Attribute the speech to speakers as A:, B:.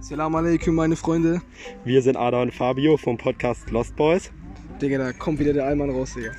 A: Selam aleikum, meine Freunde.
B: Wir sind Ada und Fabio vom Podcast Lost Boys.
A: Digga, da kommt wieder der Allmann raus, Digga.